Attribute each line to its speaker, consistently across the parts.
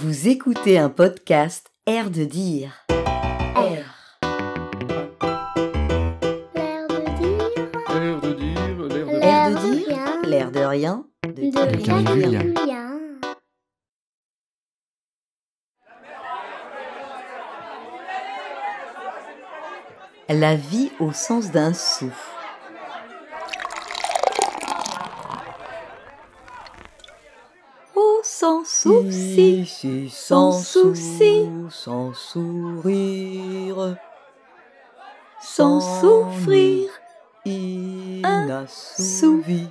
Speaker 1: Vous écoutez un podcast Air de dire. Air.
Speaker 2: L'air de dire,
Speaker 3: L'air de dire,
Speaker 2: l'air
Speaker 3: l'air de
Speaker 1: L'air de
Speaker 2: de
Speaker 1: dire,
Speaker 2: rien,
Speaker 1: L'air de rien.
Speaker 2: de
Speaker 1: Kevin
Speaker 3: Kevin
Speaker 1: Julien.
Speaker 3: Julien.
Speaker 2: Julien.
Speaker 1: La vie au sens d'un sou. Au sens souci.
Speaker 4: Ici,
Speaker 1: sans souci.
Speaker 4: sans sourire,
Speaker 1: sans souffrir,
Speaker 4: inassouvi.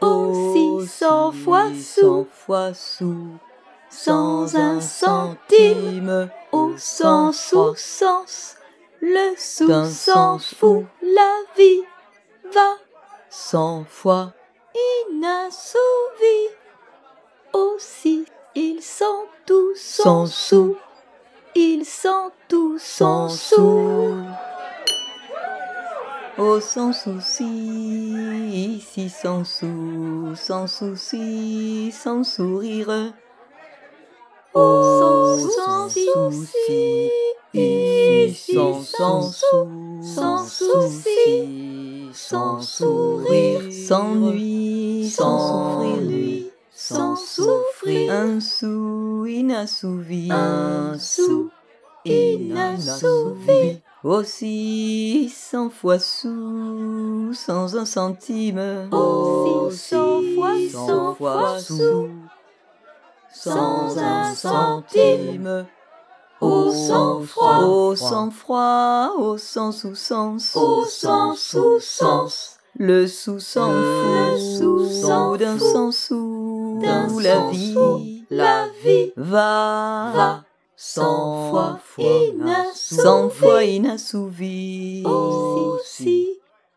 Speaker 1: aussi cent fois sous,
Speaker 4: cent fois sous,
Speaker 1: sans un centime, au sens ou sens, le sou
Speaker 4: D'un
Speaker 1: s'en
Speaker 4: sens
Speaker 1: fout, la vie va
Speaker 4: cent fois
Speaker 1: inassouvie. Aussi, ils sont tous sans
Speaker 4: Sans
Speaker 1: sous, ils sont tous sans
Speaker 4: sans
Speaker 1: sous.
Speaker 4: sous. Oh, sans souci, ici sans sous, sans souci, sans sourire.
Speaker 1: Sans
Speaker 4: Oh,
Speaker 1: sans
Speaker 4: sans
Speaker 1: souci,
Speaker 4: souci,
Speaker 1: ici
Speaker 4: ici sans,
Speaker 1: sans
Speaker 4: sans sou,
Speaker 1: sans
Speaker 4: sans
Speaker 1: souci,
Speaker 4: souci, sans sourire, sans nuit, sans
Speaker 1: souffrir,
Speaker 4: souffrir,
Speaker 1: lui,
Speaker 4: lui,
Speaker 1: sans
Speaker 4: sans
Speaker 1: souffrir.
Speaker 4: souffrir. Un sou inassouvi,
Speaker 1: Un sou inassouvi.
Speaker 4: Aussi cent fois sous, sans un centime.
Speaker 1: Aussi cent fois
Speaker 4: cent
Speaker 1: cent fois sous,
Speaker 4: sans un centime.
Speaker 1: Au
Speaker 4: Au
Speaker 1: sang
Speaker 4: sang
Speaker 1: froid.
Speaker 4: froid, au sang froid, au sang sous sens,
Speaker 1: Au sang sous sens.
Speaker 4: le sous s'en
Speaker 1: Le
Speaker 4: fout,
Speaker 1: sous s'en
Speaker 4: d'un
Speaker 1: fout.
Speaker 4: sang sous,
Speaker 1: D'un
Speaker 4: la
Speaker 1: sang
Speaker 4: vie,
Speaker 1: sous. La vie
Speaker 4: va,
Speaker 1: va.
Speaker 4: cent fois,
Speaker 1: inassouvi.
Speaker 4: cent fois inassouvi,
Speaker 1: Aussi,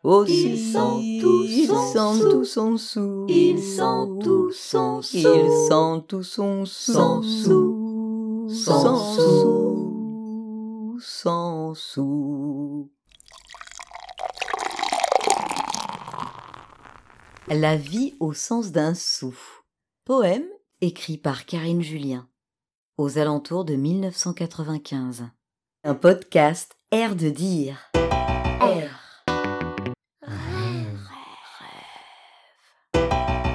Speaker 4: aussi
Speaker 1: ils sont tous
Speaker 4: ils
Speaker 1: sans
Speaker 4: sont
Speaker 1: sous.
Speaker 4: tous sans sous,
Speaker 1: ils sont tous sans sous.
Speaker 4: ils sont tous sans sous,
Speaker 1: Sans
Speaker 4: sous,
Speaker 1: Sans
Speaker 4: sans
Speaker 1: sous.
Speaker 4: sous, sans sous.
Speaker 1: La vie au sens d'un sou. Poème écrit par Karine Julien. Aux alentours de 1995. Un podcast Air de dire. Air.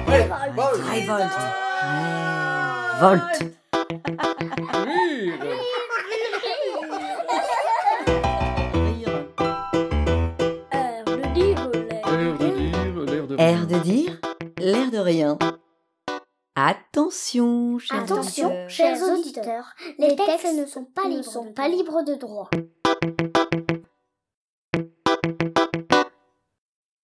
Speaker 1: Révolte. Révolte.
Speaker 3: Rire.
Speaker 2: L'air de dire, l'air
Speaker 3: L'air
Speaker 2: de
Speaker 3: de
Speaker 2: dire.
Speaker 3: dire, l'air de
Speaker 1: Air de dire, l'air de rien. Attention, chers
Speaker 2: Attention,
Speaker 1: auditeurs.
Speaker 2: chers auditeurs, les textes ne sont pas libres, de droit.